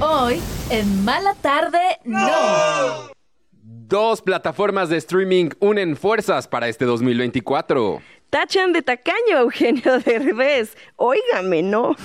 Hoy, en Mala Tarde, no. Dos plataformas de streaming unen fuerzas para este 2024. Tachan de tacaño, Eugenio Derbez. Óigame, ¿no?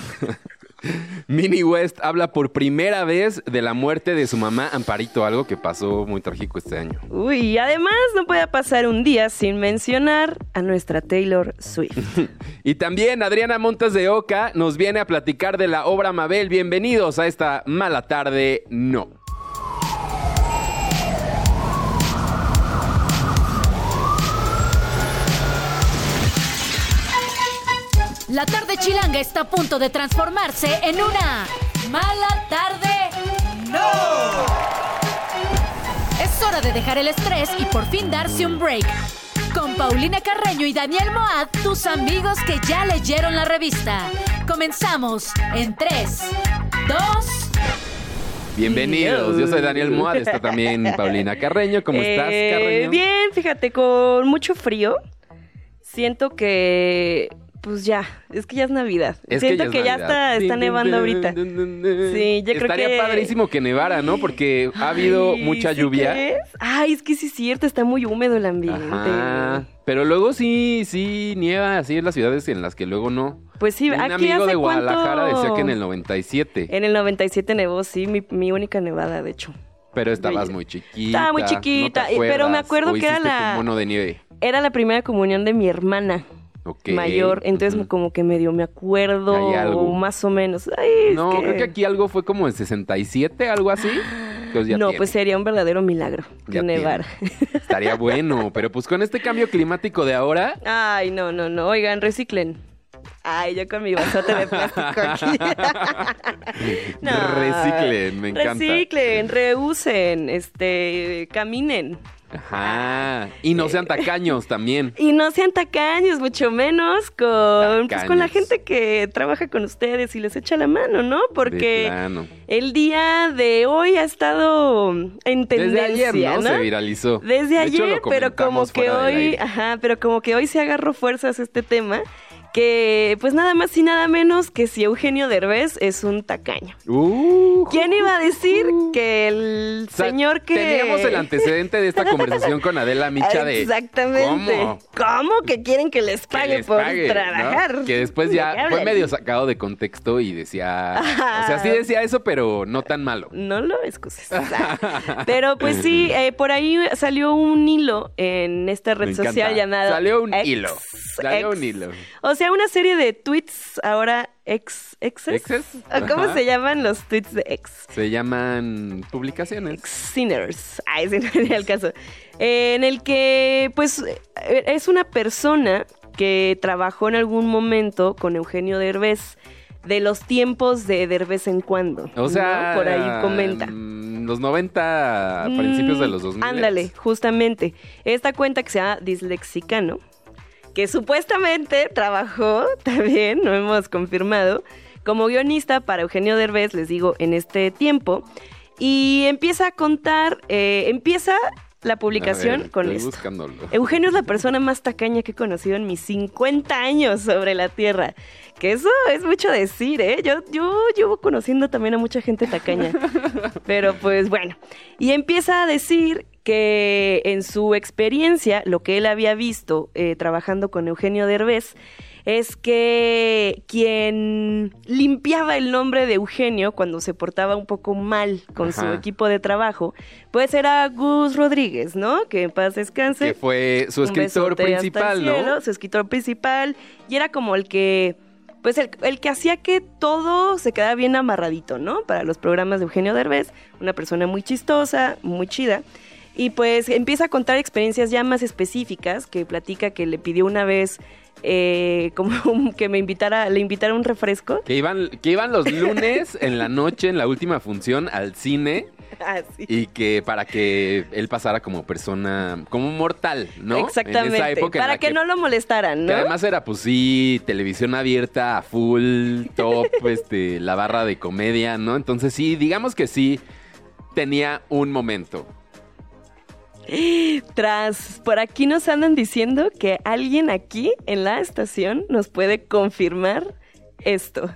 Mini West habla por primera vez de la muerte de su mamá Amparito, algo que pasó muy trágico este año. Uy, y además no puede pasar un día sin mencionar a nuestra Taylor Swift. y también Adriana Montes de Oca nos viene a platicar de la obra Mabel. Bienvenidos a esta mala tarde, no. La tarde chilanga está a punto de transformarse en una mala tarde. ¡No! Es hora de dejar el estrés y por fin darse un break. Con Paulina Carreño y Daniel Moad, tus amigos que ya leyeron la revista. Comenzamos en 3, 2, Bienvenidos, yo soy Daniel Moad, está también Paulina Carreño. ¿Cómo estás, Eh, Carreño? Bien, fíjate, con mucho frío. Siento que. Pues ya, es que ya es Navidad. Siento que ya, es está, Navidad. está nevando ahorita. Sí, yo creo Estaría que- padrísimo que nevara, ¿no? Porque ha habido Ay, mucha ¿sí lluvia. crees? Ay, es que sí es cierto, está muy húmedo el ambiente. Ajá. Pero luego sí, sí nieva así en las ciudades en las que luego no. Pues sí, Un aquí amigo hace de Guadalajara cuánto- decía que en el 97, En el 97 nevó, sí, mi, mi única nevada, de hecho. pero estabas Yo- muy chiquita. Estaba muy no te chiquita, eh, pero me acuerdas, acuerdo o que era hiciste tu la- mono de nieve. Era la primera comunión de mi hermana Ok. mayor, entonces Ujú. como que medio me acuerdo, Hay algo. o más o menos. Ay, es No, creo que aquí algo fue como en 67, algo así. Pues ya no, tiene. pues sería un verdadero milagro que Ya nevara. Estaría bueno, pero pues con este cambio climático de ahora, Ay, no, no, no, oigan, reciclen. Ay, yo con mi vasote de plástico aquí. Reciclen, me encanta. Reciclen, reusen, este, caminen. ajá. Y no sean tacaños también. Y no sean tacaños, mucho menos con, pues, con la Tacaños. gente que trabaja con ustedes y les echa la mano, ¿no? De Porque plano. el día de hoy ha estado en Desde tendencia, ayer, ¿no? ¿no? Se viralizó. Desde De hecho, ayer, lo pero como comentamos que fuera del hoy, aire. ajá, pero como que hoy se agarró fuerzas este tema, que pues nada más y nada menos que si Eugenio Derbez es un tacaño. Uh, ¿Quién iba a decir que el O sea, señor que Teníamos el antecedente de esta conversación con Adela Micha de. Exactamente. ¿Cómo? ¿Cómo que quieren que les Que pague les por pague, ¿no? trabajar? Que después ¿De qué ya fue hablan? medio sacado de contexto y decía. Ajá. O sea, sí decía eso, pero no tan malo. No lo excuses. Pero pues sí, eh, por ahí salió un hilo en esta red Me encanta. social llamada. Salió un hilo. Salió un hilo. O sea, una serie de tweets ahora ex. ¿Exes? ¿Exes? ¿O ¿Cómo Ajá. se llaman los tweets de ex? Se llaman publicaciones. Sinners. Ay, ese no era el caso. Eh, en el que, pues, eh, es una persona que trabajó en algún momento con Eugenio Derbez de los tiempos de Derbez en cuando. O sea. ¿no? por ahí comenta. mm, Los 90, principios de los Mm, 2000. Ándale, justamente. Esta cuenta que se llama Dislexicano, que supuestamente trabajó también, no hemos confirmado, como guionista para Eugenio Derbez, les digo, en este tiempo. Y empieza a contar, eh, empieza la publicación A ver, con estoy esto. buscándolo. Eugenio es la persona más tacaña que he conocido en mis 50 años sobre la Tierra. Que eso es mucho decir, ¿eh? Yo, yo llevo conociendo también a mucha gente tacaña. Pero pues bueno. Y empieza a decir que en su experiencia, lo que él había visto eh, trabajando con Eugenio Derbez, es que quien limpiaba el nombre de Eugenio cuando se portaba un poco mal con su Ajá. equipo de trabajo, pues era Gus Rodríguez, ¿no? Que en paz descanse Que fue su un escritor besote hasta principal, el ¿no? cielo, Su escritor principal. Y era como el que. Pues el, el que hacía que todo se quedara bien amarradito, ¿no? Para los programas de Eugenio Derbez. Una persona muy chistosa, muy chida. Y pues empieza a contar experiencias ya más específicas que platica que le pidió una vez eh, como un- que me invitara, le invitara un refresco. Que iban, que iban los lunes en la noche, en la última función, al cine Así. y que para que él pasara como persona, como un mortal, ¿no? Exactamente. En esa época en Para la que, no lo molestaran, que ¿no? además era, pues sí, televisión abierta, a full, top, este, la barra de comedia, ¿no? Entonces sí, digamos que sí, tenía un momento. Tras, por aquí nos andan diciendo que alguien aquí en la estación nos puede confirmar esto.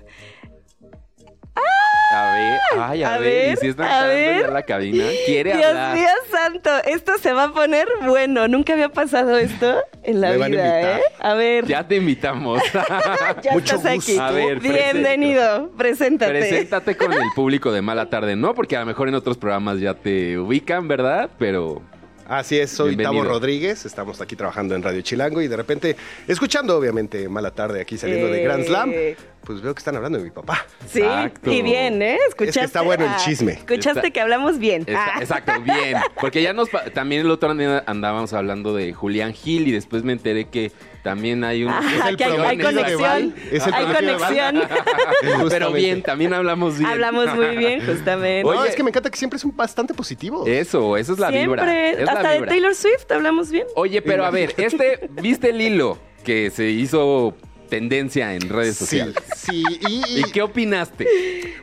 A ver, ay, a, A ver, ¿y ver, si está a entrando ver. ya a la cabina? ¿Quiere Dios hablar? mío santo, esto se va a poner bueno. Nunca había pasado esto en la ¿Me vida, van a invitar? ¿eh? A ver, Ya te invitamos. ya Mucho estás gusto. aquí. A ver, Bienvenido, preséntate. Preséntate con el público de Mala Tarde, ¿no? Porque a lo mejor en otros programas ya te ubican, ¿verdad? Pero Así es, soy Bienvenido. Tavo Rodríguez, estamos aquí trabajando en Radio Chilango y de repente, escuchando obviamente Mala Tarde aquí saliendo de Grand Slam, Eh. pues veo que están hablando de mi papá. Sí, Exacto. y bien, ¿eh? Escuchaste. está bueno el ah, chisme. Escuchaste Está- que hablamos bien. Está- Ah. Exacto, bien. Porque ya nos. pa- También el otro día andábamos hablando de Julián Gil y después me enteré que también hay un. Ajá, Es el Ah, que hay, hay prometido de conexión. Val, es el hay prometido de Val. conexión. Ah, Pero Justamente. bien, también hablamos bien. Hablamos muy bien, justamente. No, Oye. Eh, es que me encanta que siempre son bastante positivos. Eso, esa es la Siempre, vibra. Es la hasta de vibra. Taylor Swift hablamos bien. Oye, pero a ver, este, ¿viste el hilo que se hizo tendencia en redes Sí, sociales? sí, y, ¿Y qué opinaste?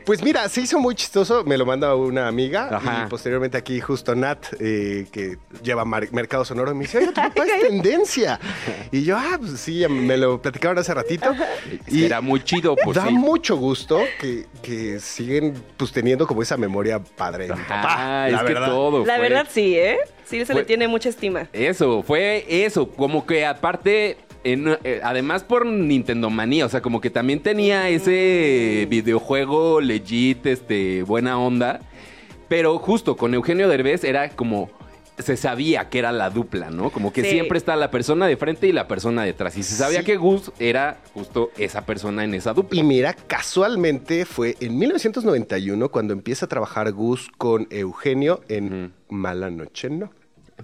Pues mira, se hizo muy chistoso, me lo manda una amiga Ajá. y posteriormente aquí justo Nat, eh, que lleva mar- Mercado Sonoro, me dice, oye, tu papá es tendencia. Y yo, ah, pues sí, ya me lo platicaron hace ratito. Y era muy chido, por da Pues sí. mucho gusto que, que siguen pues teniendo como esa memoria padre de mi papá. Ah, es la que verdad. todo. La fue- verdad sí, ¿eh? Sí se Fue- le tiene mucha estima. Eso, fue eso. Como que aparte, en- eh, además por Nintendo Manía, o sea, como que también tenía ese videojuego legit, este, buena onda. Pero justo con Eugenio Derbez era como. Se sabía que era la dupla, ¿no? Como que Sí. siempre está la persona de frente y la persona detrás. Y se sabía Sí. que Gus era justo esa persona en esa dupla. Y mira, casualmente fue en 1991 cuando empieza a trabajar Gus con Eugenio en Mala Noche, ¿no?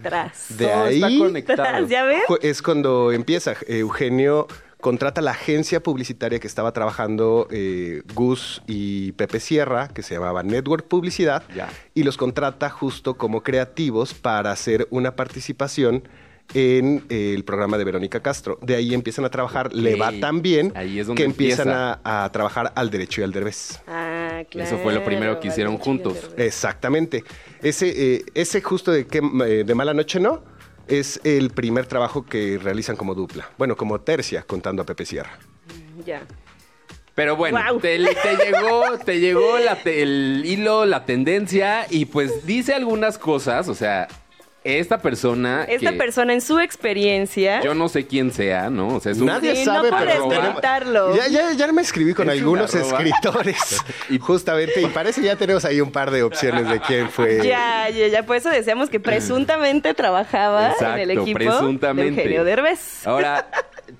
Tras. De Todo está ahí- conectado. Tras, ¿ya ves? Ju- Es cuando empieza Eugenio contrata la agencia publicitaria que estaba trabajando eh, Gus y Pepe Sierra, que se llamaba Network Publicidad, Ya. y los contrata justo como creativos para hacer una participación en eh, el programa de Verónica Castro. De ahí empiezan a trabajar, le va Ok. tan bien Ahí es donde que empiezan empieza. a, a trabajar al derecho y al derbez. Ah, claro. Eso fue lo primero que hicieron vale, juntos. chido, pero- Exactamente. Ese, eh, ese justo de, que, eh, de Mala Noche No es el primer trabajo que realizan como dupla. Bueno, como tercia, contando a Pepe Sierra. Ya. Pero bueno, Guau. te, te llegó, te llegó la te- el hilo, la tendencia y pues dice algunas cosas, o sea, esta persona Esta Ah, que persona en su experiencia. yo no sé quién sea, ¿no? O sea, es un Nadie Sí, no sabe, puedes pero preguntarlo. Ya, ya, ya me escribí con Es algunos una arroba. escritores, justamente, y parece ya tenemos ahí un par de opciones de quién fue. Ya, ya, ya, por eso decíamos que presuntamente trabajaba en el Exacto, equipo presuntamente. de Eugenio Derbez. Ahora,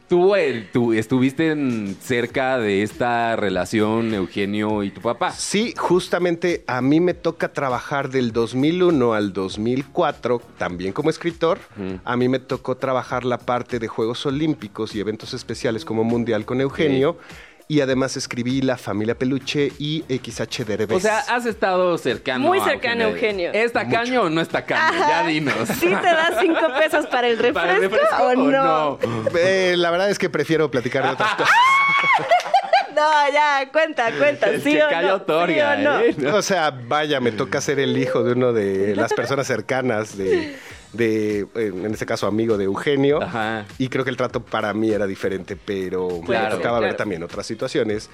tú, el- tú estuviste en- cerca de esta relación, Eugenio y tu papá. Sí, justamente a mí me toca trabajar del 2001 al 2004, también como escritor. A mí me tocó trabajar la parte de Juegos Olímpicos y eventos especiales como Mundial con Eugenio. Y además escribí La Familia Peluche y XH Derbez. O sea, has estado cercano. Muy a cercano a Eugenio. ¿Es tacaño o no es tacaño? Ya dinos. ¿Sí te das cinco pesos para el refresco, ¿Para el refresco o no? no? Eh, la verdad es que prefiero platicar de otras cosas. No, ya, cuenta, cuenta. El ¿sí que o calla no? otorga, ¿Sí o no? ¿eh? O sea, vaya, me toca ser el hijo de uno de las personas cercanas de, de, eh, en este caso, amigo de Eugenio. Ajá. Y creo que el trato para mí era diferente, pero me Claro, tocaba claro. ver también otras situaciones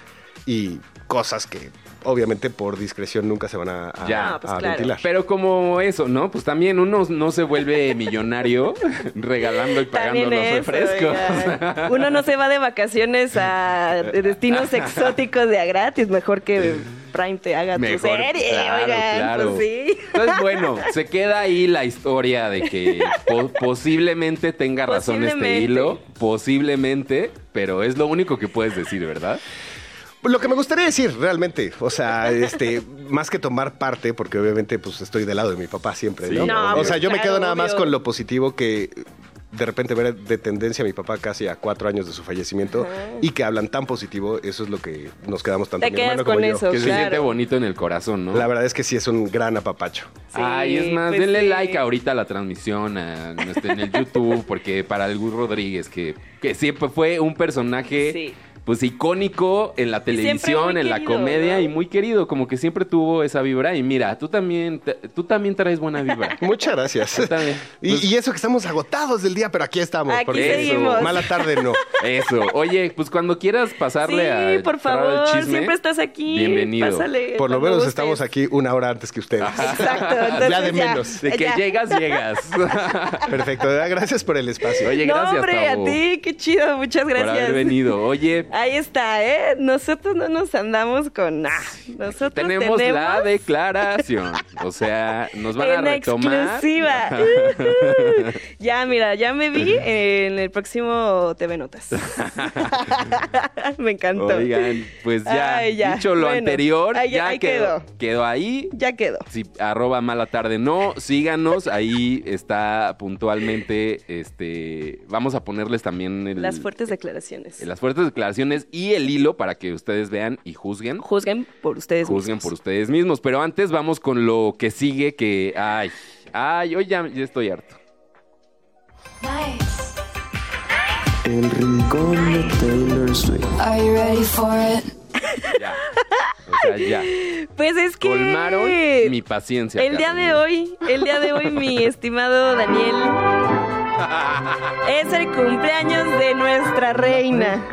y cosas que, obviamente, por discreción nunca se van a, a- Ya. a Ah, pues claro. ventilar. Pero como eso, ¿no? Pues también uno no se vuelve millonario regalando y pagando También los eso, refrescos. oigan. Uno no se va de vacaciones a destinos exóticos de a gratis, mejor que Prime te haga tu Mejor. serie, claro, oigan, claro. pues sí. Entonces, bueno, se queda ahí la historia de que po- posiblemente tenga razón este Posiblemente. hilo. Posiblemente, pero es lo único que puedes decir, ¿verdad? Lo que me gustaría decir, realmente, o sea, este, más que tomar parte, porque obviamente pues estoy del lado de mi papá siempre, Sí, ¿no? No, o sea, yo me claro, quedo nada más obvio. con lo positivo que de repente ver de tendencia a mi papá casi a cuatro años de su fallecimiento y que hablan tan positivo, eso es lo que nos quedamos tanto Te mi quedas hermano con como eso. yo. Que se Claro. siente bonito en el corazón, ¿no? La verdad es que sí es un gran apapacho. Sí, Ay, es más, pues denle sí. like ahorita a la transmisión a este, nuestro- en el YouTube, porque para el Gus Rodríguez, que, que siempre fue un personaje Sí. pues icónico en la siempre televisión, muy en la querido, comedia ¿no? y muy querido, como que siempre tuvo esa vibra. Y mira, tú también, te- tú también traes buena vibra. Muchas gracias. Está bien. Y, Pues- y eso que estamos agotados del día, pero aquí estamos. Aquí porque seguimos. Mala tarde no. Eso. Oye, pues cuando quieras pasarle a. Sí, entrar por al favor, chisme, siempre estás aquí. Bienvenido. Pásale. Por cuando lo menos gustes. estamos aquí una hora antes que ustedes. Exacto. entonces Ya de ya. menos. De que Ya. llegas, llegas. Perfecto. Gracias por el espacio. Oye, No, gracias, hombre, Tavo, a ti, qué chido, muchas por gracias. haber venido. Oye, Ahí está, ¿eh? Nosotros no nos andamos con nada. Nosotros tenemos, tenemos, la declaración. O sea, nos van a en retomar. exclusiva. Ujú. ya, mira, ya me vi en el próximo TV Notas. me encantó. Oigan, pues ya, Ay, ya. dicho lo Bueno, anterior, ahí- ya ahí quedó. quedó. Quedó ahí. Ya quedó. Sí, arroba mala tarde no, síganos, ahí está puntualmente, este, vamos a ponerles también el- eh, Las fuertes declaraciones. las fuertes declaraciones y el hilo para que ustedes vean y juzguen, Juzguen por ustedes juzguen mismos. por ustedes mismos, pero antes vamos con lo que sigue que, ay, ay, hoy ya, ya estoy harto. Nice. El rincón de Taylor Swift. Are you ready for it? Ya. O sea, ya. Pues es que... Colmaron mi paciencia. El día de Carmen. hoy, el día de hoy, mi estimado Daniel, es el cumpleaños de nuestra reina.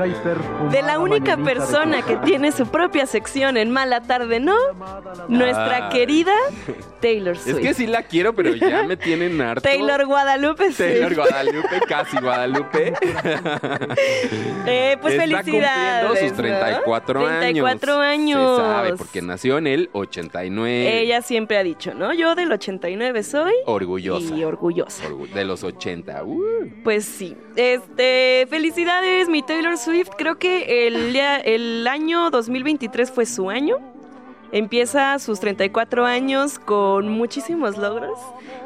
De la única persona que tiene su propia sección en Mala Tarde, ¿no? Nuestra Ay. querida Taylor Es Swift. que sí la quiero, pero ya me tienen harto. Taylor Guadalupe Swift. Taylor Guadalupe, casi Guadalupe. Eh, pues está felicidades. cumpliendo sus ¿no? 34 años. 34 años. Se sabe, porque nació en el 89. Ella siempre ha dicho, ¿no? Yo del 89 soy Orgullosa. y orgullosa. Orgu- de los 80. uh. Pues sí. Este, felicidades, mi Taylor Swift. Creo que el, día- el año 2023 fue su año. Empieza sus 34 años con muchísimos logros,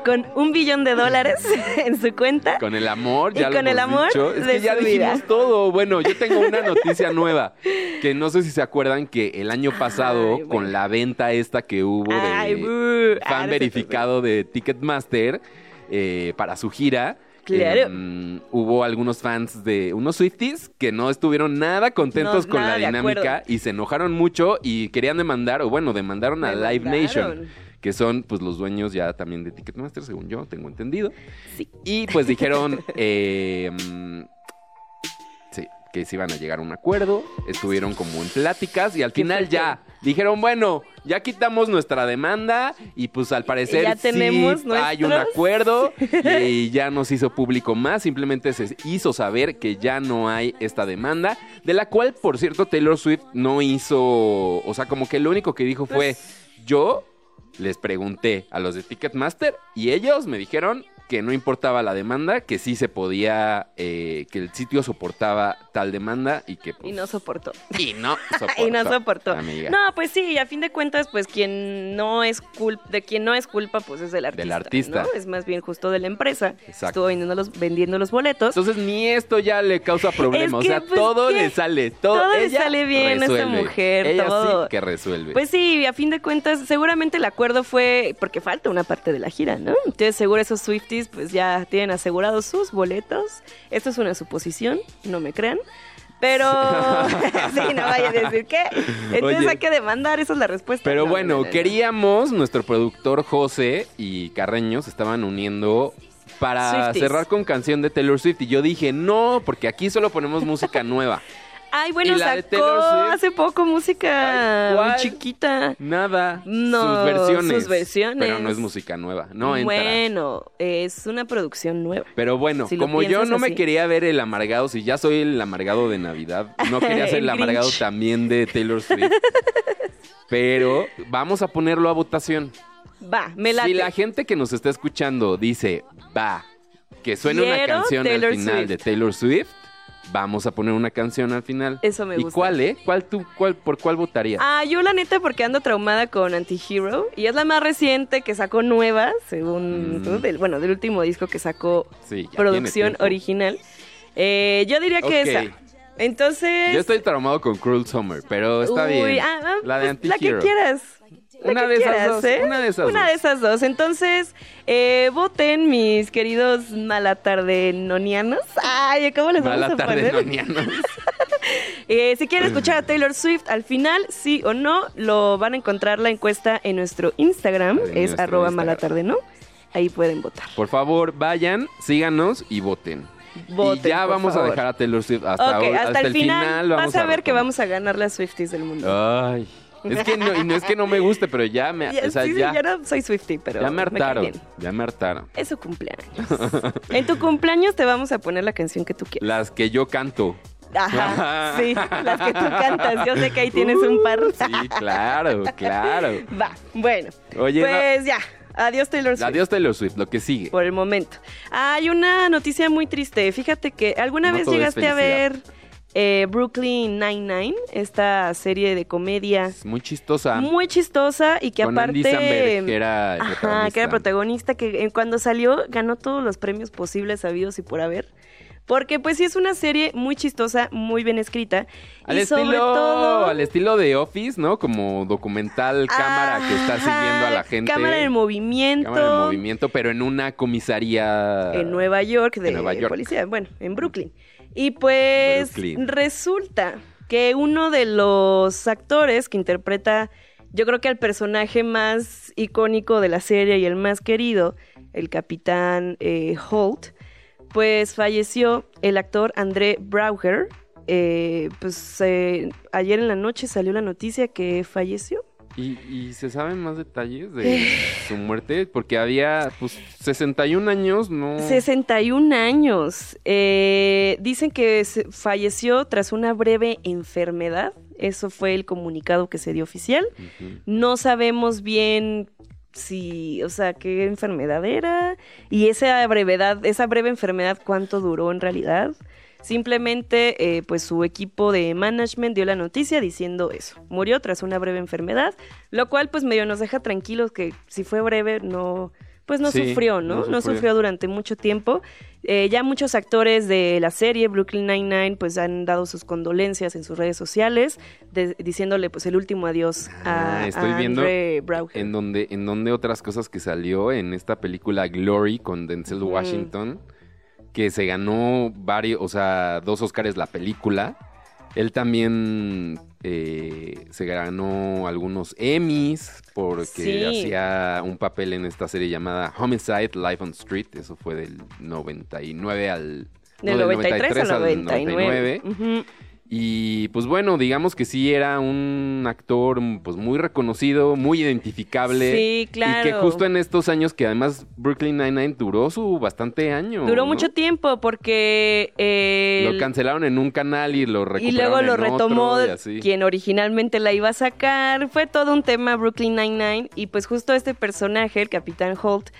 con un billón de dólares en su cuenta. Con el amor, Y ya lo con el hemos amor dicho. Es de que ya su dijimos vida. todo. Bueno, yo tengo una noticia nueva. Que no sé si se acuerdan que el año pasado, bueno. con la venta esta que hubo de Ay, bu. Ah, fan no sé, verificado de Ticketmaster eh, para su gira. Claro. em, hubo algunos fans de unos Swifties que no estuvieron nada contentos No, con nada la de dinámica acuerdo. y se enojaron mucho y querían demandar, o bueno, demandaron a Live Nation, Demandaron. que son pues los dueños ya también de Ticketmaster, según yo tengo entendido. Sí. Y pues dijeron, eh, mm, sí, que se iban a llegar a un acuerdo, estuvieron como en pláticas y al final ya dijeron, bueno, ya quitamos nuestra demanda y pues al parecer Ya tenemos sí hay un nuestros. acuerdo y ya nos hizo público más, simplemente se hizo saber que ya no hay esta demanda, de la cual por cierto Taylor Swift no hizo, o sea, como que lo único que dijo fue, Pues yo les pregunté a los de Ticketmaster y ellos me dijeron que no importaba la demanda, que sí se podía, eh, que el sitio soportaba tal demanda y que pues, Y no soportó. y no soportó. y no soportó. Amiga. No, pues sí, y a fin de cuentas, pues quien no es culpa, de quien no es culpa, pues es del artista. artista. ¿no? Es más bien justo de la empresa. Exacto. Estuvo vendiendo los, vendiendo los boletos. Entonces ni esto ya le causa problema. Es o que, sea, pues, todo ¿qué? le sale. Todo, Todo le ella sale bien a esta resuelve. mujer, Ella sí todo. que resuelve. Pues sí, a fin de cuentas, seguramente el acuerdo fue porque falta una parte de la gira, ¿no? Entonces, seguro esos Swifties pues ya tienen asegurados sus boletos. Esto es una suposición, no me crean. Pero sí, no vaya a decir que. Entonces Oye. hay que demandar, esa es la respuesta. Pero No, no, bueno, no, no. queríamos, nuestro productor José y Carreño se estaban uniendo para Swifties. cerrar con canción de Taylor Swift. Y yo dije, no, porque aquí solo ponemos música nueva. Ay, bueno, ¿Y la de sacó Taylor Swift? hace poco música Ay, ¿cuál? muy chiquita. Nada. No, sus versiones. sus versiones. Pero no es música nueva. No entra. bueno, es una producción nueva. Pero bueno, Si lo como yo piensas no me así. quería ver el amargado, si ya soy el amargado de Navidad, no quería ser el, El amargado Grinch. también de Taylor Swift. Pero vamos a ponerlo a votación. Va, me late. Si la gente que nos está escuchando dice, va, que suene una Quiero canción Taylor al final Swift. de Taylor Swift, vamos a poner una canción al final. Eso me ¿Y gusta. cuál, eh? ¿Cuál tú, cuál, ¿Por cuál votarías? Ah, yo la neta porque ando traumada con Antihero y es la más reciente que sacó nueva, según Mm. tú, del, bueno, del último disco que sacó Sí, ya tiene producción tiempo. original. Eh, yo diría que Ok. esa. Entonces, Yo estoy traumado con Cruel Summer, pero está Uy, bien. ah, ah, la de pues, La que Antihero. quieras. La Una que de esas quieras, dos, ¿eh? una de esas Una dos. de esas dos. Entonces, eh, voten mis queridos malatardenonianos. Ay, ¿cómo les vamos Mala a tarde, poner? Nonianos. Eh, si quieren escuchar a Taylor Swift al final, sí o no, lo van a encontrar la encuesta en nuestro Instagram, En es nuestro arroba Instagram. malatarde, ¿no? Ahí pueden votar. Por favor, vayan, síganos y voten. Voten, y ya por vamos favor. a dejar a Taylor Swift hasta, Ok, hoy- hasta, el final, vamos vas a ver que votar. vamos a ganar las Swifties del mundo. Ay. Es que no, y no es que no me guste, pero ya me, Ya- o sea, sí, sí, ya, ya no soy Swiftie, pero ya me cae hartaron. bien. Ya me hartaron. Es su cumpleaños. en tu cumpleaños te vamos a poner la canción que tú quieras. Las que yo canto. Ajá, sí, las que tú cantas. Yo sé que ahí tienes un par. Uh, Sí, claro, claro. Va, bueno. Oye, pues ya. Adiós, Taylor Swift. Adiós Taylor Swift, lo que sigue. Por el momento. Hay una noticia muy triste. Fíjate que alguna No vez todo es llegaste a felicidad. ver eh, Brooklyn Nine-Nine, esta serie de comedia Es muy chistosa. muy chistosa y que Con aparte. Andy Samberg, que era el Ajá, que era protagonista, que eh, cuando salió ganó todos los premios posibles, sabidos y por haber. Porque pues sí es una serie muy chistosa, muy bien escrita. Al y estilo, sobre todo... al estilo de Office, ¿no? Como documental, cámara que está siguiendo a la Ajá, gente. Cámara en movimiento. Cámara en movimiento, pero en una comisaría. en Nueva York de en Nueva York. policía, bueno, en Brooklyn. Y pues Brooklyn. resulta que uno de los actores que interpreta, yo creo que al personaje más icónico de la serie y el más querido, el capitán eh, Holt, pues falleció el actor André Brauger. Eh, pues eh, ayer en la noche salió la noticia que falleció. ¿Y, y se saben más detalles de su muerte? Porque había, pues, 61 años, ¿no? 61 años. Eh, dicen que se- falleció tras una breve enfermedad. Eso fue el comunicado que se dio oficial. Ujú. No sabemos bien si, o sea, qué enfermedad era y esa brevedad, esa breve enfermedad, cuánto duró en realidad. Simplemente, eh, pues su equipo de management dio la noticia diciendo eso. Murió tras una breve enfermedad, lo cual, pues, medio nos deja tranquilos que si fue breve, no, pues no Sí, sufrió, ¿no? no No sufrió. sufrió. durante mucho tiempo. Eh, ya muchos actores de la serie Brooklyn Nine-Nine, pues, han dado sus condolencias en sus redes sociales, de- diciéndole, pues, el último adiós a, Ah, estoy a viendo Andre Braugher. En donde, en donde otras cosas que salió en esta película Glory con Denzel Ujú. Washington, que se ganó varios, o sea, dos Oscars la película. Él también eh, se ganó algunos Emmys porque Sí. hacía un papel en esta serie llamada Homicide Life on Street. Eso fue del 99 al... Del no, 93 al 99. Ujú. Y pues bueno, digamos que sí era un actor pues muy reconocido, muy identificable. Sí, claro. Y que justo en estos años, que además Brooklyn Nine-Nine duró su bastante año. Duró ¿no? mucho tiempo porque... eh, Lo cancelaron en un canal y lo y recuperaron luego lo en otro retomó y así. quien originalmente la iba a sacar. Fue todo un tema Brooklyn Nine-Nine. Y pues justo este personaje, el Capitán Holt,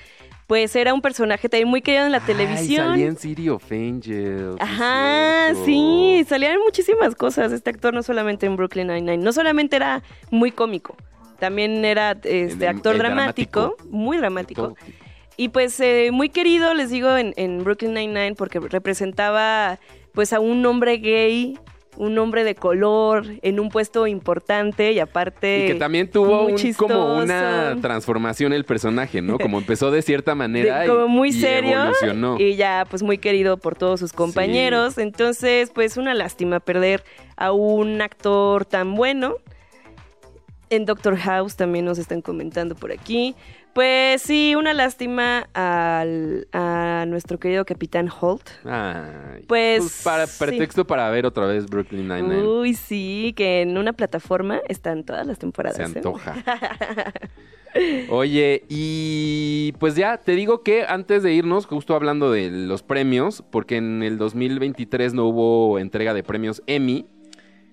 pues era un personaje también muy querido en la Ay, televisión. Salía en City of Angels. sí Ajá, es sí, cierto. salían muchísimas cosas. Este actor no solamente en Brooklyn Nine-Nine, no solamente era muy cómico, también era este, Eh, actor eh, dramático, muy Todo dramático. tipo. Y pues eh, muy querido, les digo, en, en Brooklyn Nine-Nine porque representaba pues a un hombre gay, un hombre de color, en un puesto importante y aparte... Y que también tuvo muy un- como chistoso. una transformación el personaje, ¿no? Como empezó de cierta manera de- y, como muy y serio evolucionó. y ya pues muy querido por todos sus compañeros. Entonces, pues una lástima perder a un actor tan bueno. En Doctor House también nos están comentando por aquí. Pues sí, una lástima al- a nuestro querido capitán Holt. Ay, Pues, para sí. Uh, pretexto para ver otra vez Brooklyn Nine-Nine. Uy, sí, que en una plataforma están todas las temporadas. Se ¿eh? antoja. Oye, y pues ya te digo que antes de irnos, justo hablando de los premios, porque en el 2023 no hubo entrega de premios Emmy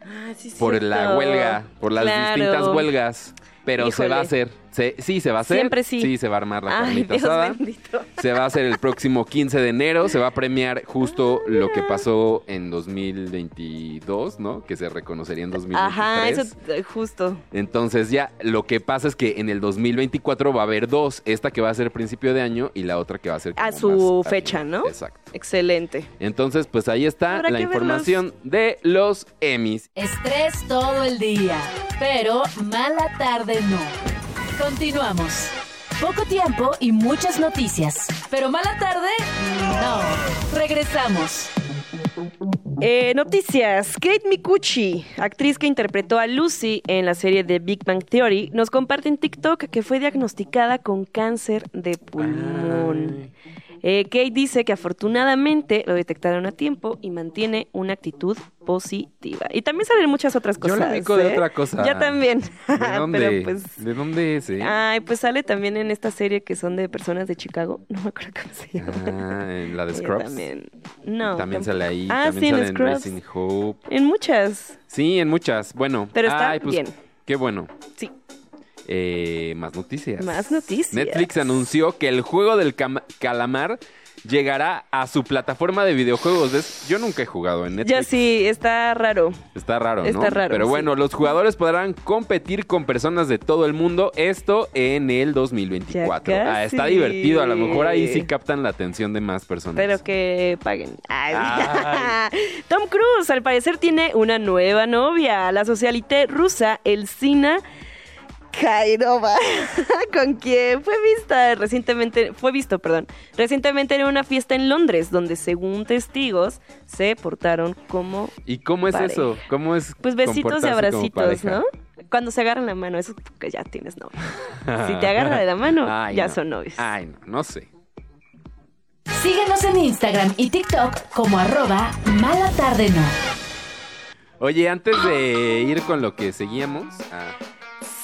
Ah, sí, por cierto. la huelga, por las Claro. distintas huelgas, pero se va a Híjole. hacer. Se- sí, se va a hacer. Siempre sí. se va a armar la Ay, carnita Dios asada. bendito. Se va a hacer el próximo 15 de enero, se va a premiar justo lo que pasó en 2022, ¿no? Que se reconocería en 2023. Ajá, eso eh, justo. Entonces ya lo que pasa es que en el 2024 va a haber dos, esta que va a ser principio de año y la otra que va a ser A como su más fecha, tarde. ¿no? Exacto. Excelente. Entonces, pues ahí está Habrá la que verlos. información de los Emmys. Estrés todo el día, pero mala tarde no. Continuamos. Poco tiempo y muchas noticias. Pero mala tarde, no. Regresamos. Eh, noticias. Kate Mikuchi, actriz que interpretó a Lucy en la serie de Big Bang Theory, nos comparte en TikTok que fue diagnosticada con cáncer de pulmón. Eh, Kate dice que afortunadamente lo detectaron a tiempo y mantiene una actitud positiva. Y también salen muchas otras Yo cosas. la ubico de ¿eh? otra cosa. Yo también. ¿De dónde? Pero pues, ¿De dónde es, eh? Ay, pues sale también en esta serie que son de personas de Chicago. No me acuerdo cómo se llama. Ah, en la de Ella Scrubs. También. No. También tampoco. sale ahí. Ah, también sí, en sale Scrubs. Raising Hope. En muchas. Sí, en muchas. Bueno. Pero está ay, pues, bien. Qué bueno. Sí. Eh, más noticias. Más noticias. Netflix anunció que el juego del cam- calamar llegará a su plataforma de videojuegos. Es- yo nunca he jugado en Netflix. Ya sí, está raro. Está raro, ¿no? Está raro, Pero sí. bueno, los jugadores podrán competir con personas de todo el mundo. Esto en el 2024. Ya Ah, está casi. divertido. A lo mejor ahí sí captan la atención de más personas. Pero que paguen. Ay. Ay. Tom Cruise, al parecer, tiene una nueva novia, la socialité rusa Elsina Kairova, con quien fue vista recientemente, fue visto, perdón, recientemente en una fiesta en Londres, donde según testigos se portaron como ¿Y cómo es Pareja. eso? ¿Cómo es Pues besitos y comportarse como abracitos, pareja? ¿no? Cuando se agarran la mano, eso que ya tienes novio. Si te agarra de la mano, Ay, ya no. son novios. Ay, no, no sé. Síguenos en Instagram y TikTok como arroba mala tarde no. Oye, antes de ir con lo que seguíamos. ah,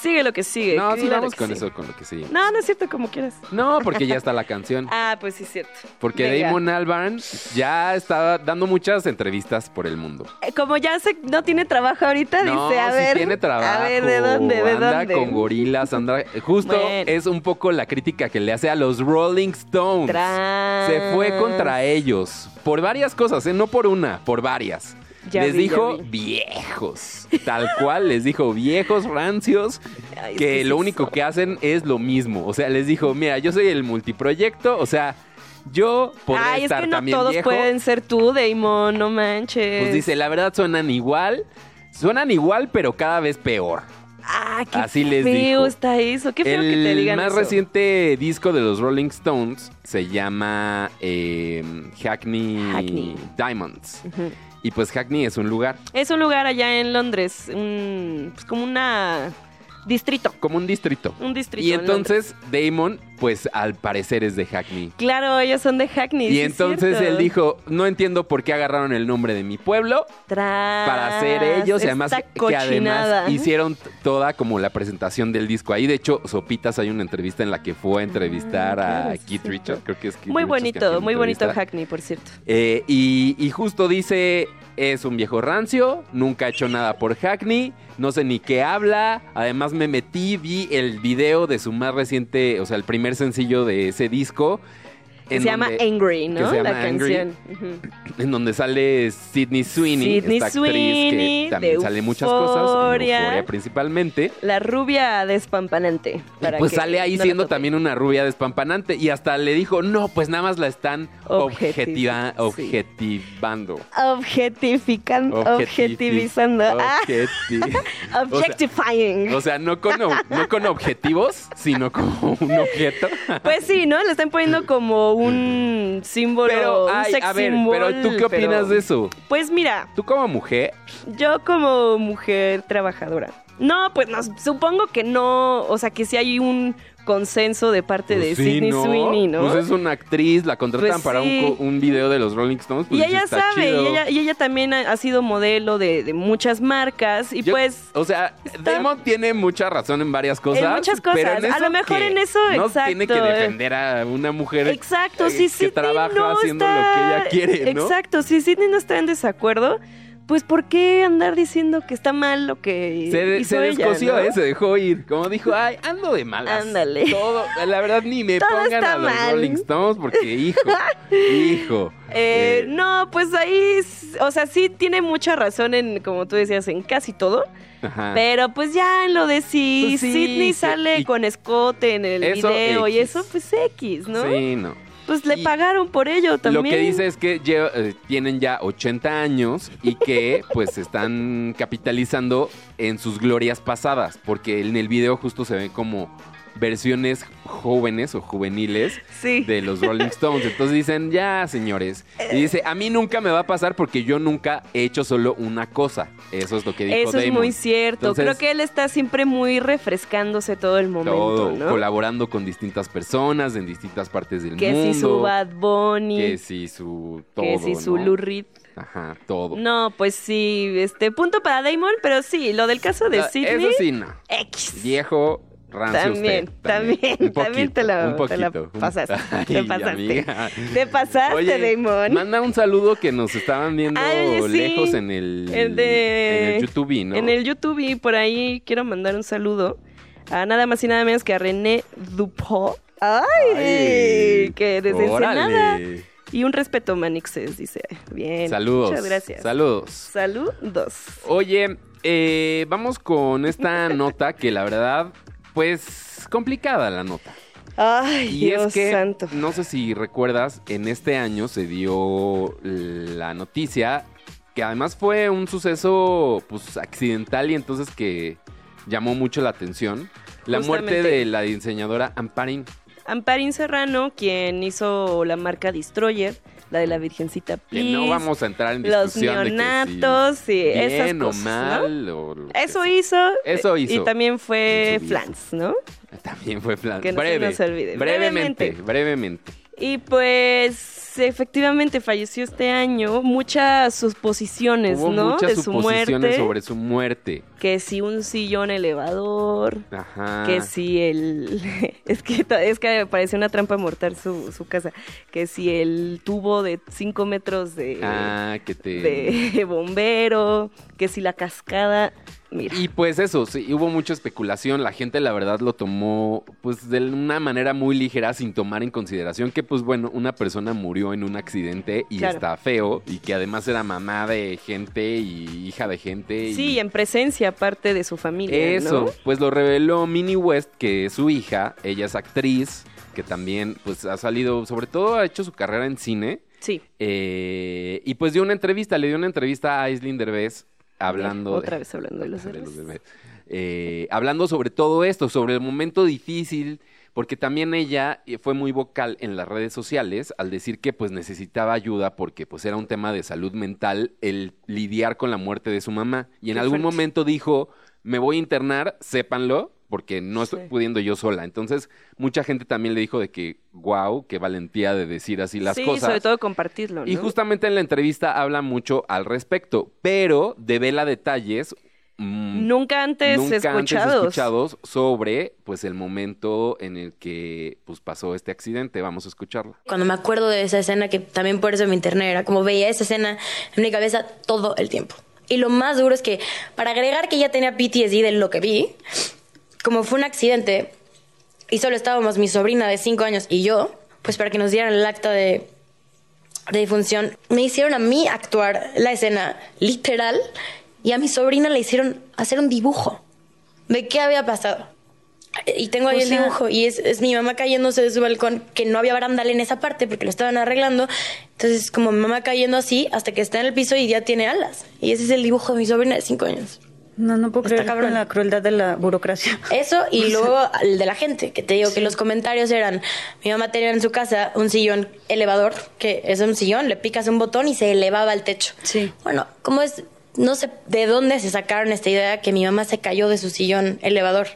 Sigue lo que sigue. no, sí, claro vamos que con sí. eso, con lo que seguimos. No, no es cierto, como quieras. No, porque ya está la canción. Ah, pues sí es cierto. Porque Venga. Damon Albarn ya está dando muchas entrevistas por el mundo. Eh, Como ya se, no tiene trabajo ahorita, no, Ah, dice, a sí ver. tiene trabajo. A ver, ¿de dónde? ¿De anda dónde? con gorilas, anda... Justo Bueno. es un poco la crítica que le hace a los Rolling Stones. Tras. Se fue contra ellos. Por varias cosas, ¿eh? No por una, por varias. Ya les vi, ya dijo vi. viejos. Tal cual, les dijo viejos rancios Ay, es que es lo único eso. que hacen es lo mismo. O sea, les dijo, mira, yo soy el multiproyecto, o sea, yo podré Ay, es estar que no también todos viejo. pueden ser tú, Damon, no manches. Pues dice, la verdad suenan igual, suenan igual, pero cada vez peor. ah, qué así les feo dijo. está eso. Qué feo el que te digan más eso. reciente disco de los Rolling Stones se llama eh, Hackney, Hackney. Mm. Diamonds. Ujú. Y pues Hackney es un lugar, Es un lugar allá en Londres, un, pues como una distrito, como un distrito. un distrito. Y en Londres. entonces Damon, pues al parecer es de Hackney. Claro, ellos son de Hackney. sí Y es entonces cierto. él dijo, no entiendo por qué agarraron el nombre de mi pueblo Tras, para ser ellos y esta además que Ah, cochinada. además hicieron t- toda como la presentación del disco ahí. De hecho, Sopitas hay una entrevista en la que fue a entrevistar Ah, a claro, sí, Keith cierto. Richards, creo que es Keith Muy Richards que hacía bonito, una muy bonito entrevista. Hackney, por cierto. Eh, y, y justo dice, es un viejo rancio, nunca ha hecho nada por Hackney, no sé ni qué habla. Además me metí, vi el video de su más reciente, o sea, el primer sencillo de ese disco. Que en se llama donde- Angry, que ¿no? se llama La Angry. canción. Ujú. en donde sale Sidney Sweeney, Sydney esta actriz Sweeney, que también de sale muchas cosas, en Euphoria. Euphoria principalmente. La rubia despampanante. Y para pues que sale ahí no la siendo topen. también una rubia despampanante y hasta le dijo, no, pues nada más la están objetiva- Objetiv- objetivando. Objetificando, objetivizando, ah, Objeti- objectifying. o sea, no con, ob- no con objetivos, sino como un objeto. pues sí, ¿no? Le están poniendo como un símbolo, Pero, un ay, sex a ver, symbol, pero ¿tú qué pero- opinas de eso? Pues mira, Tú como mujer, Yo como mujer trabajadora. No, pues no, supongo que no, o sea que sí hay un consenso de parte pues de sí, Sidney Sweeney, ¿no? Pues es una actriz, la contratan Pues para un, sí. co- un video de los Rolling Stones. Pues y ella está sabe, chido. y ella, y ella también ha, ha sido modelo de, de muchas marcas y Yo- pues... O sea, está- Damon tiene mucha razón en varias cosas. muchas cosas. pero en A eso lo mejor que en eso, No tiene que exacto, eh. defender a una mujer Exacto, eh, sí, que sí. trabaja haciendo lo que ella quiere, ¿no? Exacto, si Sidney no está en desacuerdo, pues ¿por qué andar diciendo que está mal lo que Se, de- hizo se ella, descoció, ¿no? eh, se dejó ir. Como dijo, ay, ando de malas. Ándale. Todo, la verdad, ni me Todo pongan está a los mal. Rolling Stones porque, hijo, hijo. Eh, eh, no, pues ahí, s- o sea, sí tiene mucha razón en, como tú decías, en casi todo, ajá. pero pues ya en lo de si Ah. Pues sí, Sidney que- sale y- con escote en el Eso, video y X. eso, pues X, ¿no? Sí, no. Pues le Y- pagaron por ello también. Lo que dice es que lle- eh, tienen ya 80 años y que pues están capitalizando en sus glorias pasadas, porque en el video justo se ven como versiones jóvenes o juveniles Sí. de los Rolling Stones. Entonces dicen, ya, señores. Y dice, a mí nunca me va a pasar porque yo nunca he hecho solo una cosa. Eso es lo que dijo Eso es Damon. muy cierto. Entonces, Creo que él está siempre muy refrescándose todo el momento, todo, ¿no? colaborando con distintas personas en distintas partes del Que mundo. si su Bad Bunny, Que si su todo. que si su ¿no? Lou Reed. Ajá, todo. No, pues sí, este punto para Damon, pero sí, lo del caso de Ah, Sidney. Eso sí, no. X. Viejo, rancio También, usted. también, Un también te poquito, la- un te la poquito. pasaste, Ay, te pasaste. amiga. Te pasaste, Oye, Damon. Manda un saludo que nos estaban viendo Ay, oye, sí. lejos en el, El de- en el YouTube, ¿no? En el YouTube y por ahí quiero mandar un saludo a nada más y nada menos que a René Dupont. ¡Ay! Ay, que desde órale. Ensenada. Y un respeto, Manixes, dice. Bien. Saludos. Muchas gracias. Saludos. Saludos. Oye, eh, vamos con esta nota que la verdad, pues complicada la nota. Ay, Y Dios es que, santo. no sé si recuerdas, en este año se dio la noticia, que además fue un suceso pues, accidental y entonces que llamó mucho la atención, la muerte Justamente. de la diseñadora Amparín. Amparín Serrano, quien hizo la marca Destroyer, la de la Virgencita Que Please, no vamos a entrar en los discusión de que neonatos y si esas bien o cosas, ¿no? mal. o lo que Eso sea. hizo. Eso eh, hizo. Y también fue Eso hizo. Flans, ¿no? También fue plan. Que no se breve, nos olvide. Brevemente, Brevemente. brevemente. Y pues efectivamente falleció este año. Muchas suposiciones, Hubo Pues, ¿no? muchas de su suposiciones muerte. sobre su muerte. Que si un sillón elevador. Ajá. Que si el. Es que, to- es que me parece una trampa mortal su, su casa. Que si el tubo de 5 metros de, Ah, que te... de bombero. Que si la cascada. Mira. Y pues eso, sí, hubo mucha especulación, la gente la verdad lo tomó pues de una manera muy ligera sin tomar en consideración que pues bueno, una persona murió en un accidente y Claro. está feo y que además era mamá de gente y hija de gente. y- Sí, en presencia aparte de su familia. Eso, ¿no? pues lo reveló Minnie West, que es su hija, ella es actriz, que también pues ha salido, sobre todo ha hecho su carrera en cine. Sí. Eh, y pues dio una entrevista, le dio una entrevista a Aislinn Derbez hablando. Otra vez hablando de los otra vez Derbez. Eh, hablando sobre todo esto, sobre el momento difícil, porque también ella eh, fue muy vocal en las redes sociales al decir que pues necesitaba ayuda porque pues era un tema de salud mental el lidiar con la muerte de su mamá. Y en Qué algún fuerte. momento dijo, me voy a internar, sépanlo, porque no estoy Sí. pudiendo yo sola. Entonces, mucha gente también le dijo de que, wow, qué valentía de decir así las sí, cosas. sobre todo compartirlo. ¿no? Y justamente en la entrevista habla mucho al respecto, pero devela detalles mm, Nunca antes nunca escuchados. antes escuchados sobre pues el momento en el que pues pasó este accidente. Vamos a escucharla. Cuando me acuerdo de esa escena, que también por eso me interné, era como veía esa escena en mi cabeza todo el tiempo. Y lo más duro es que, para agregar que ya tenía PTSD de lo que vi, como fue un accidente y solo estábamos mi sobrina de 5 años y yo, pues para que nos dieran el acta de, de difunción, me hicieron a mí actuar la escena literal y a mi sobrina le hicieron hacer un dibujo de qué había pasado. Y tengo ahí O el sea- dibujo y es, es mi mamá cayéndose de su balcón, que no había barandal en esa parte porque lo estaban arreglando. Entonces, como mi mamá cayendo así hasta que está en el piso y ya tiene alas. Y ese es el dibujo de mi sobrina de cinco años. No, no puedo Está creer cabrón. con la crueldad de la burocracia. Eso Pues y luego el de la gente, que te digo que los comentarios eran, mi mamá tenía en su casa un sillón elevador, que es un sillón, le picas un botón y se elevaba al techo. Sí. Bueno, ¿cómo es? No sé de dónde se sacaron esta idea que mi mamá se cayó de su sillón elevador.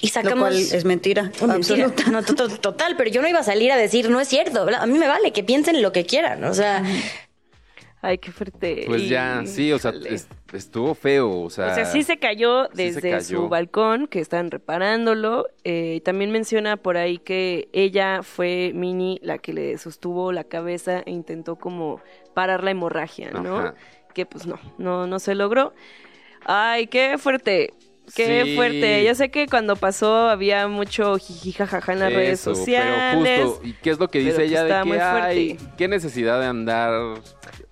Y Lo sacamos... cual es mentira. Mentira. absoluta. No, to- to- total, pero yo no iba a salir a decir, no es cierto. ¿verdad? A mí me vale que piensen lo que quieran. O sea, Ay, qué fuerte. Pues ya, Eh, Y- sí, o sea, Híjole. es- estuvo feo, o sea. O sea, sí se cayó sí se desde cayó. su balcón, que estaban reparándolo. Eh, y también menciona por ahí que ella fue Mini la que le sostuvo la cabeza e intentó como parar la hemorragia, ¿no? Ajá. Que pues no, no, no se logró. Ay, qué fuerte. Qué Sí. fuerte. Yo sé que cuando pasó había mucho jijijajaja en las redes Eso, sociales. Pero justo, ¿y qué es lo que Pero dice pues ella está de muy que fuerte. hay? ¿Qué necesidad de andar?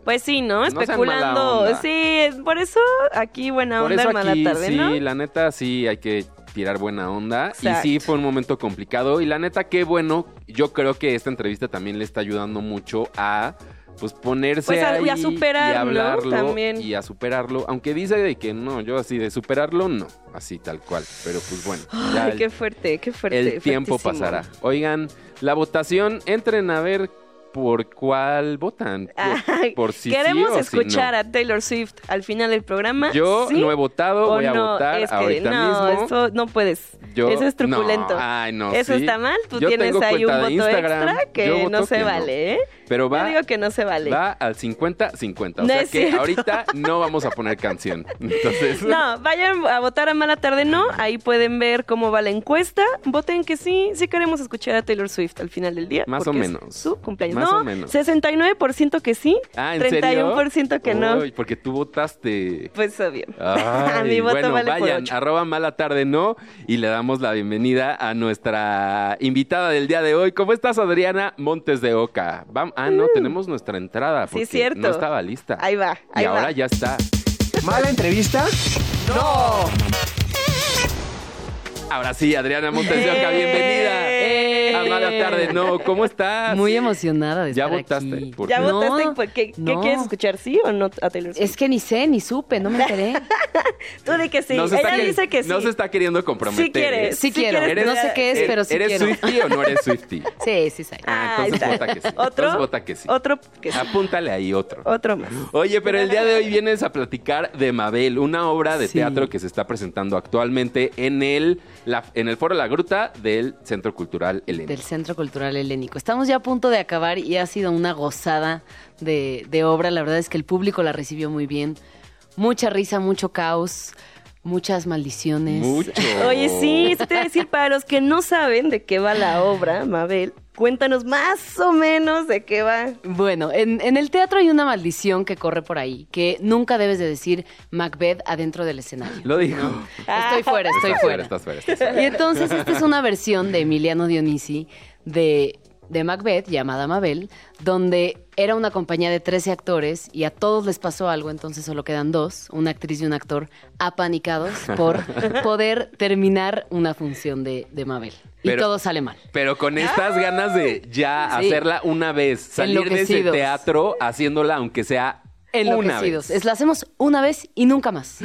Pues sí, ¿no? No sean mala Especulando. onda. sí, por eso aquí buena Por onda, eso mala aquí, tarde, sí, ¿no? la neta, sí hay que tirar buena onda. Exacto. Y sí, fue un momento complicado. Y la neta, qué bueno. Yo creo que esta entrevista también le está ayudando mucho a pues ponerse Pues a- ahí y a superarlo hablarlo también. y a superarlo, aunque dice de que no, yo así de superarlo no, así tal cual, pero pues bueno, ya Ay, qué fuerte, qué fuerte. el tiempo fuertísimo. pasará. Oigan, la votación, entren a ver por cuál votan, Ay, por, por si sí Ah, Queremos o si no. escuchar a Taylor Swift al final del programa. Yo ¿sí no he votado, o voy a no? votar Es que ahorita no, mismo. eso no puedes. Yo- eso es no, truculento. ay, no, Eso sí. está mal. Tú Yo tienes tengo ahí un cuenta de voto Instagram, extra yo que voto no se que no. vale, ¿eh? Pero va, Yo digo que no se vale. va al 50-50. O No sea es que cierto. ahorita no vamos a poner canción. Entonces, No, vayan a votar a Mala Tarde No. Ahí pueden ver cómo va la encuesta. Voten que sí, sí queremos escuchar a Taylor Swift al final del día. Más o porque es menos. Su cumpleaños. Más no, o menos. 69% que sí, ah, ¿en serio? 31% que no. Uy, porque tú votaste. Pues obvio. Ay, Mi voto bueno, vale por vayan, ocho. arroba mala tarde no y le damos la bienvenida a nuestra invitada del día de hoy. ¿Cómo estás, Adriana Montes de Oca? Vam- ah, no, tenemos nuestra entrada Mm. Sí, porque cierto. no estaba lista. Ahí va, ahí y va. ahora ya está. ¿Mala entrevista? Ahora sí, Adriana Montes de Oca, bienvenida ¡Eh! a mala tarde no. ¿Cómo estás? Muy emocionada de Ya estar votaste, aquí. ¿por ¿Ya No, votaste? Pues, ¿Qué, qué no. quieres escuchar? ¿Sí o no a Taylor Swift? Es que ni sé, ni supe, no me enteré. Tú di que sí. No se Ella está queri- dice que sí. No se está queriendo comprometer. Sí quiere. ¿eh? Sí, Sí quiero, quieres no sé que- qué es, pero sí ¿Eres quiero. Swifty o no eres Swifty? Sí, sí, sí. Ah, ahí entonces está. vota que sí. ¿Otro? Entonces vota que sí. Ah, Otro que sí. Apúntale ahí otro. Otro más. Oye, pero el día de hoy vienes a platicar de Mabel, una obra de Sí. teatro que se está presentando actualmente en el, la- en el Foro La Gruta del Centro Cultural Elena. Del Centro Cultural Helénico. Estamos ya a punto de acabar y ha sido una gozada de, de obra. La verdad es que el público la recibió muy bien. Mucha risa, mucho caos, muchas maldiciones. Mucho. Oye, Oh. sí, sí te voy a decir, para los que no saben de qué va la obra, Mabel, cuéntanos más o menos de qué va. Bueno, en, en el teatro hay una maldición que corre por ahí, que nunca debes de decir Macbeth adentro del escenario. Lo dijo. Ah. Estoy fuera, estoy Estás fuera. Estás fuera, estás fuera. Y entonces esta es una versión de Emiliano Dionisi de, de Macbeth llamada Mabel, donde era una compañía de 13 actores y a todos les pasó algo, entonces solo quedan dos, una actriz y un actor, apanicados por poder terminar una función de, de Mabel. Y Pero- todo sale mal. Pero con estas ganas de ya Ah. Sí. hacerla una vez, salir de ese Enloquecidos. teatro haciéndola aunque sea una Enloquecidos. vez. Es, la hacemos una vez y nunca más.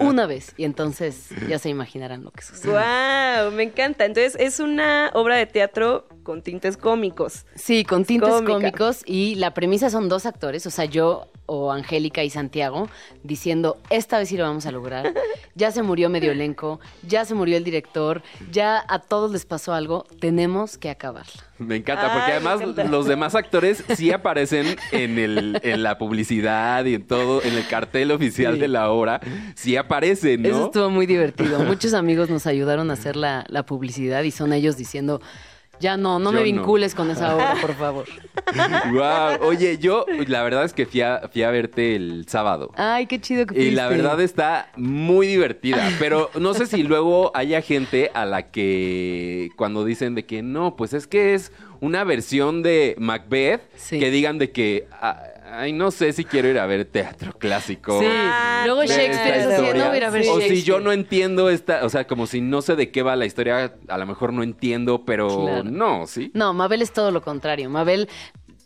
una vez. Y entonces ya se imaginarán lo que sucede. ¡Wow! Me encanta. Entonces, es una obra de teatro con tintes cómicos. Sí, con tintes Cómica. cómicos y la premisa son dos actores, o sea, yo o Angélica y Santiago, diciendo, esta vez sí lo vamos a lograr, ya se murió medio elenco, ya se murió el director, ya a todos les pasó algo, tenemos que acabarla. Me encanta, porque Ay, además me encanta. los demás actores sí aparecen en, el, en la publicidad y en todo, en el cartel oficial Sí. de la obra. Sí aparecen, ¿no? Eso estuvo muy divertido, muchos amigos nos ayudaron a hacer la, la publicidad y son ellos diciendo, ya no, no Yo me no. vincules con esa obra, por favor. Wow, oye, yo la verdad es que fui a, fui a verte el sábado. Ay, qué chido que Y fuiste. la verdad está muy divertida, pero no sé si luego haya gente a la que cuando dicen de que no, pues es que es una versión de Macbeth, Sí. que digan de que, "Ah, ay, no sé si quiero ir a ver teatro clásico. Sí, Ah, luego de Shakespeare, esta eso sí, historia. no voy a ir a ver Sí. o Shakespeare. si yo no entiendo esta, o sea, como si no sé de qué va la historia, a lo mejor no entiendo, pero Claro. no, ¿sí? No, Mabel es todo lo contrario. Mabel,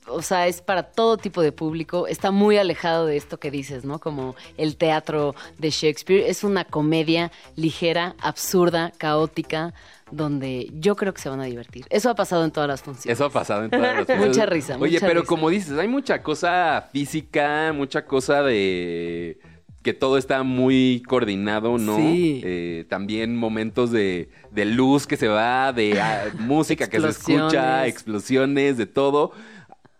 o sea, es para todo tipo de público. Está muy alejado de esto que dices, ¿no? Como el teatro de Shakespeare. Es una comedia ligera, absurda, caótica, donde yo creo que se van a divertir. Eso ha pasado en todas las funciones. Eso ha pasado en todas las Mucha risa, Oye, mucha pero risa. como dices, hay mucha cosa física, mucha cosa de que todo está muy coordinado, ¿no? Sí. Eh, también momentos de, de luz que se va, de ah, música que se escucha, Explosiones. explosiones, de todo.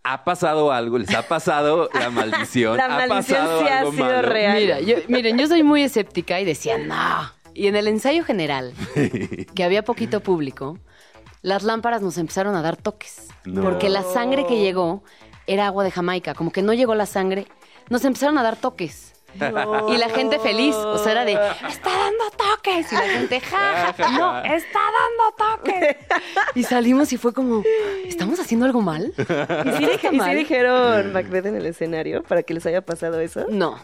¿Ha pasado algo? ¿Les ha pasado la maldición? La ¿Ha maldición pasado sí ha algo sido malo? real. Mira, yo, miren, yo soy muy escéptica y decía, no. Y en el ensayo general, que había poquito público, las lámparas nos empezaron a dar toques. No. Porque la sangre que llegó era agua de Jamaica. Como que no llegó la sangre, nos empezaron a dar toques. Y la gente feliz, o sea, era de, está dando toques. Y la gente, ja, ja, ja, no, está dando toques. Y salimos y fue como, ¿estamos haciendo algo mal? ¿Y Mm. ¿Y sí dijeron Macbeth en el escenario para que les haya pasado eso? No,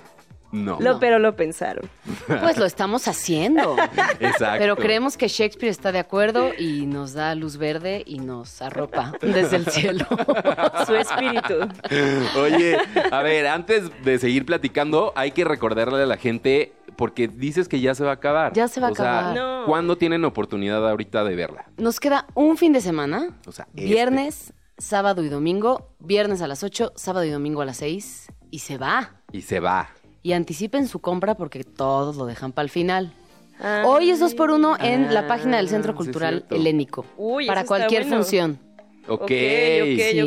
No. Lo, pero lo pensaron. Pues lo estamos haciendo. Exacto. Pero creemos que Shakespeare está de acuerdo y nos da luz verde y nos arropa desde el cielo. Su espíritu. Oye, a ver, antes de seguir platicando, hay que recordarle a la gente, porque dices que ya se va a acabar. Ya se va a O sea, acabar. No. ¿Cuándo tienen oportunidad ahorita de verla? Nos queda un fin de semana. O sea, este. viernes, sábado y domingo. Viernes a las 8, sábado y domingo a las 6. Y se va. Y se va. Y anticipen su compra porque todos lo dejan para el final. Ah. Hoy es 2 por 1 en la página del Centro Ah, sí, Cultural cierto. Helénico. Uy, eso para está cualquier bueno. función. Ok. Ok, ok, sí.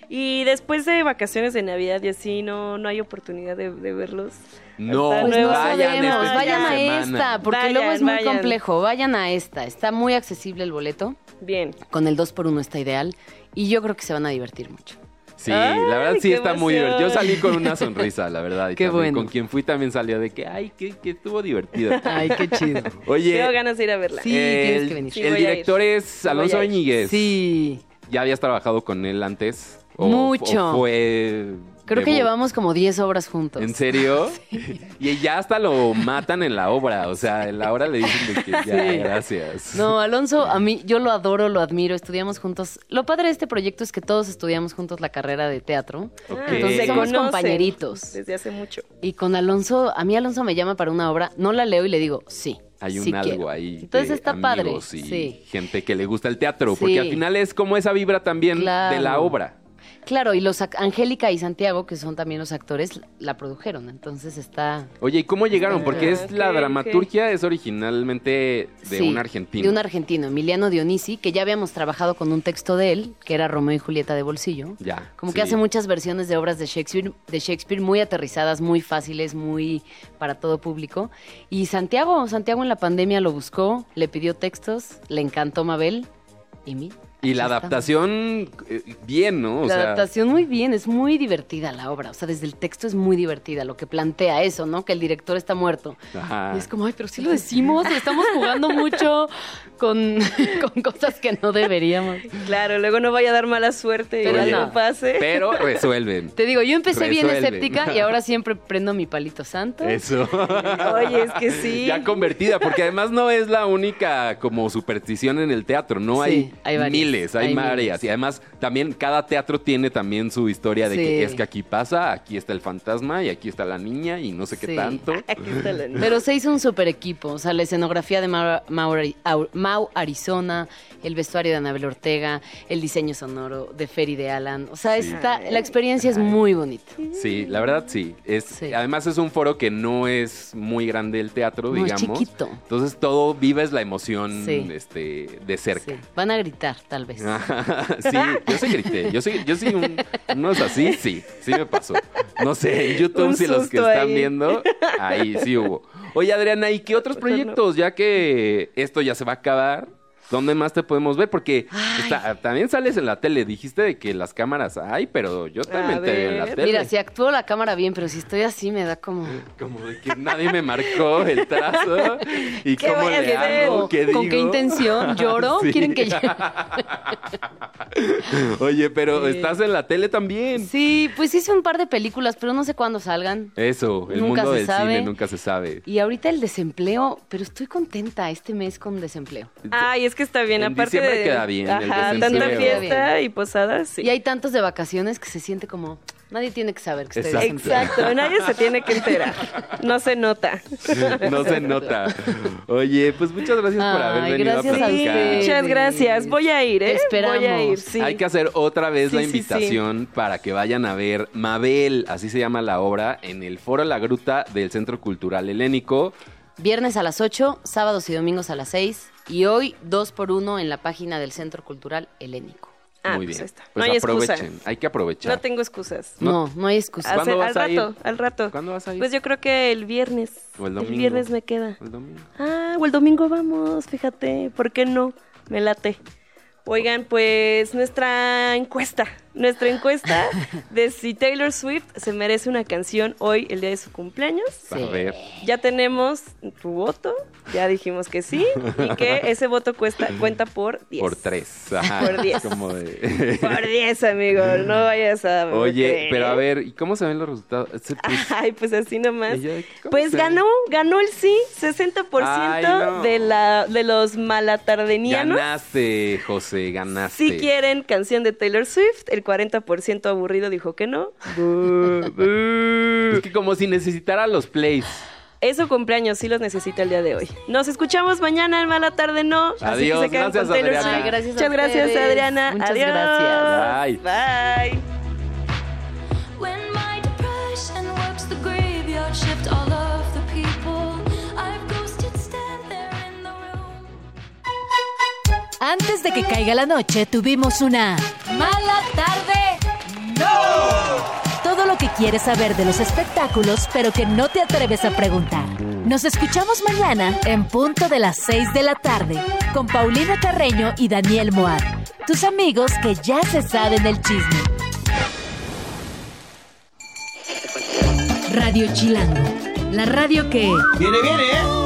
ok. Y después de vacaciones de Navidad y así, no, no hay oportunidad de, de verlos. No, Hasta Pues no luego. vayan sabemos, este fin vayan a de semana. esta, porque Vayan, luego es muy vayan. complejo. Vayan a esta, está muy accesible el boleto. Bien. Con el 2x1 está ideal y yo creo que se van a divertir mucho. Sí, Ay, la verdad sí qué está muy emoción. divertido. Yo salí con una sonrisa, la verdad. y Qué también bueno. Con quien fui también salía de que, ay, que, que estuvo divertido. Ay, qué chido. Oye, Tengo ganas de ir a verla. Sí, tienes que el, venir. Sí, el voy a director ir. es Sí, voy Alonso a ir. Beñiguez. Sí, ¿Ya habías trabajado con él antes? Mucho. o fue creo que debut? llevamos como 10 obras juntos. ¿En serio? Y ya hasta lo matan en la obra. O sea, en la obra le dicen de que ya, Sí. gracias. No, Alonso, a mí yo lo adoro, lo admiro, estudiamos juntos. Lo padre de este proyecto es que todos estudiamos juntos la carrera de teatro. Ok. Entonces, Ah, Se somos conocen compañeritos. Desde hace mucho. Y con Alonso, a mí Alonso me llama para una obra, no la leo y le digo, sí. Hay un sí algo quiero. ahí. de Entonces está padre. amigos y Sí. Gente que le gusta el teatro. Sí. Porque al final es como esa vibra también de la Claro. obra. Claro, y los ac- Angélica y Santiago, que son también los actores, la produjeron. Entonces está Oye, ¿y cómo llegaron? Porque Ah, es la ok, dramaturgia es originalmente de Sí, un argentino. De un argentino, Emiliano Dionisi, que ya habíamos trabajado con un texto de él, que era Romeo y Julieta de Bolsillo. Ya, Como sí. que hace muchas versiones de obras de Shakespeare, de Shakespeare muy aterrizadas, muy fáciles, muy para todo público. Y Santiago, Santiago en la pandemia lo buscó, le pidió textos, le encantó Mabel y mí. y la Aquí estamos. adaptación, eh, bien, ¿no? O la sea, adaptación muy bien, es muy divertida la obra, o sea, desde el texto es muy divertida lo que plantea eso, ¿no? Que el director está muerto. ajá. Y es como, ay, pero sí lo decimos, estamos jugando mucho con, con cosas que no deberíamos. Claro, luego no vaya a dar mala suerte y Pero algo no. pase. Pero resuelven. Te digo, yo empecé bien Resuelven. escéptica y ahora siempre prendo mi palito santo. Eso. Oye, es que sí. Ya convertida, porque además no es la única como superstición en el teatro, ¿no? Sí, hay, hay varias, miles, hay, hay varias. miles. Y además también cada teatro tiene también su historia de Sí. que es que aquí pasa, aquí está el fantasma y aquí está la niña y no sé qué Sí. tanto. Aquí está la- Pero se hizo un super equipo, o sea, la escenografía de Mau, Mau Ari- Au- Mau Arizona, el vestuario de Anabel Ortega, el diseño sonoro de Ferry de Alan, o sea, Sí. está, la experiencia es muy bonita. Sí, la verdad sí. Es, Sí. Además es un foro que no es muy grande el teatro, No, es digamos. chiquito. Entonces todo vives la emoción Sí. este, de cerca. Ah. Sí. Van a gritar, tal vez. sí, yo sí grité. Yo sí, yo sí, un, unos así, sí, sí me pasó. No sé, en YouTube, Un si los que susto están ahí. viendo, ahí sí hubo. Oye, Adriana, ¿y qué otros proyectos? Ya que esto ya se va a acabar, ¿dónde más te podemos ver? Porque está- también sales en la tele. Dijiste de que las cámaras hay, pero yo A también te veo en la ver. tele. Mira, si actuó la cámara bien, pero si estoy así me da como... Como de que nadie me marcó el trazo. ¿Y ¿Qué cómo voy a le hacer? hago? ¿Qué ¿Con qué digo? intención? ¿Lloro? Sí. ¿Quieren que yo- Oye, pero estás en la tele también. Sí, pues hice un par de películas, pero no sé cuándo salgan. Eso, el Nunca mundo se del sabe. cine nunca se sabe. Y ahorita el desempleo, pero estoy contenta este mes con desempleo. Ay, es que está bien. En Aparte diciembre de queda bien el Ajá, desempleo. tanta fiesta y posadas, Y sí. hay tantos de vacaciones que se siente como, nadie tiene que saber que estoy Exacto. desempleada. Exacto, nadie se tiene que enterar. No se nota. No se nota. Oye, pues muchas gracias por haber Ay, venido gracias a a platicar. ustedes. Muchas gracias. Voy a ir, Te ¿eh? Voy a ir, esperamos. sí. Hay que hacer otra vez Sí, la sí, sí. invitación para que vayan a ver Mabel, así se llama la obra, en el Foro La Gruta del Centro Cultural Helénico. Viernes a las 8, sábados y domingos a las 6 y hoy 2 por 1 en la página del Centro Cultural Helénico. Ah, Muy pues ahí bien. está. Pues no hay excusa. aprovechen, hay que aprovechar. No tengo excusas. No. No, no hay excusa. ¿Cuándo Hace- vas a al ir? rato, al rato. ¿Cuándo vas a ir? Pues yo creo que el viernes. O el domingo. viernes me queda. El domingo. Ah, o el domingo vamos, fíjate. ¿Por qué no? Me late. Oigan, pues nuestra encuesta. nuestra encuesta de si Taylor Swift se merece una canción hoy, el día de su cumpleaños. A ver. Ya tenemos tu voto, ya dijimos que sí, y que ese voto cuesta, cuenta por 10. Por tres. Ajá. Por diez. Como de- Por 10, amigo, no vayas a... Oye, meterte. pero a ver, ¿y cómo se ven los resultados? Se- pues, Ay, pues así nomás. Ella, ¿cómo Pues se- ganó, ganó el sí, 60% Ay, no. de, la, de los malatardenianos. Ganaste, José, ganaste. Si quieren canción de Taylor Swift, el 40% aburrido dijo que no. Bu, bu. Es que como si necesitara los plays. Es su cumpleaños, sí los necesita el día de hoy. Nos escuchamos mañana en Mala Tarde No. Así que Adiós, se quedan gracias, con Taylor Adriana. Swift. Ay, gracias a Muchas gracias, ustedes. Adriana. Muchas Adiós. Bye. Bye. When my depression works the graveyard shift, all of the people I've ghosted stand there in the room. Antes de que caiga la noche, tuvimos una mala tarde. ¡No! Todo lo que quieres saber de los espectáculos, pero que no te atreves a preguntar. Nos escuchamos mañana en punto de las 6 de la tarde con Paulina Carreño y Daniel Moab, tus amigos que ya se saben del chisme. Radio Chilango, la radio que... Viene, viene, ¿eh?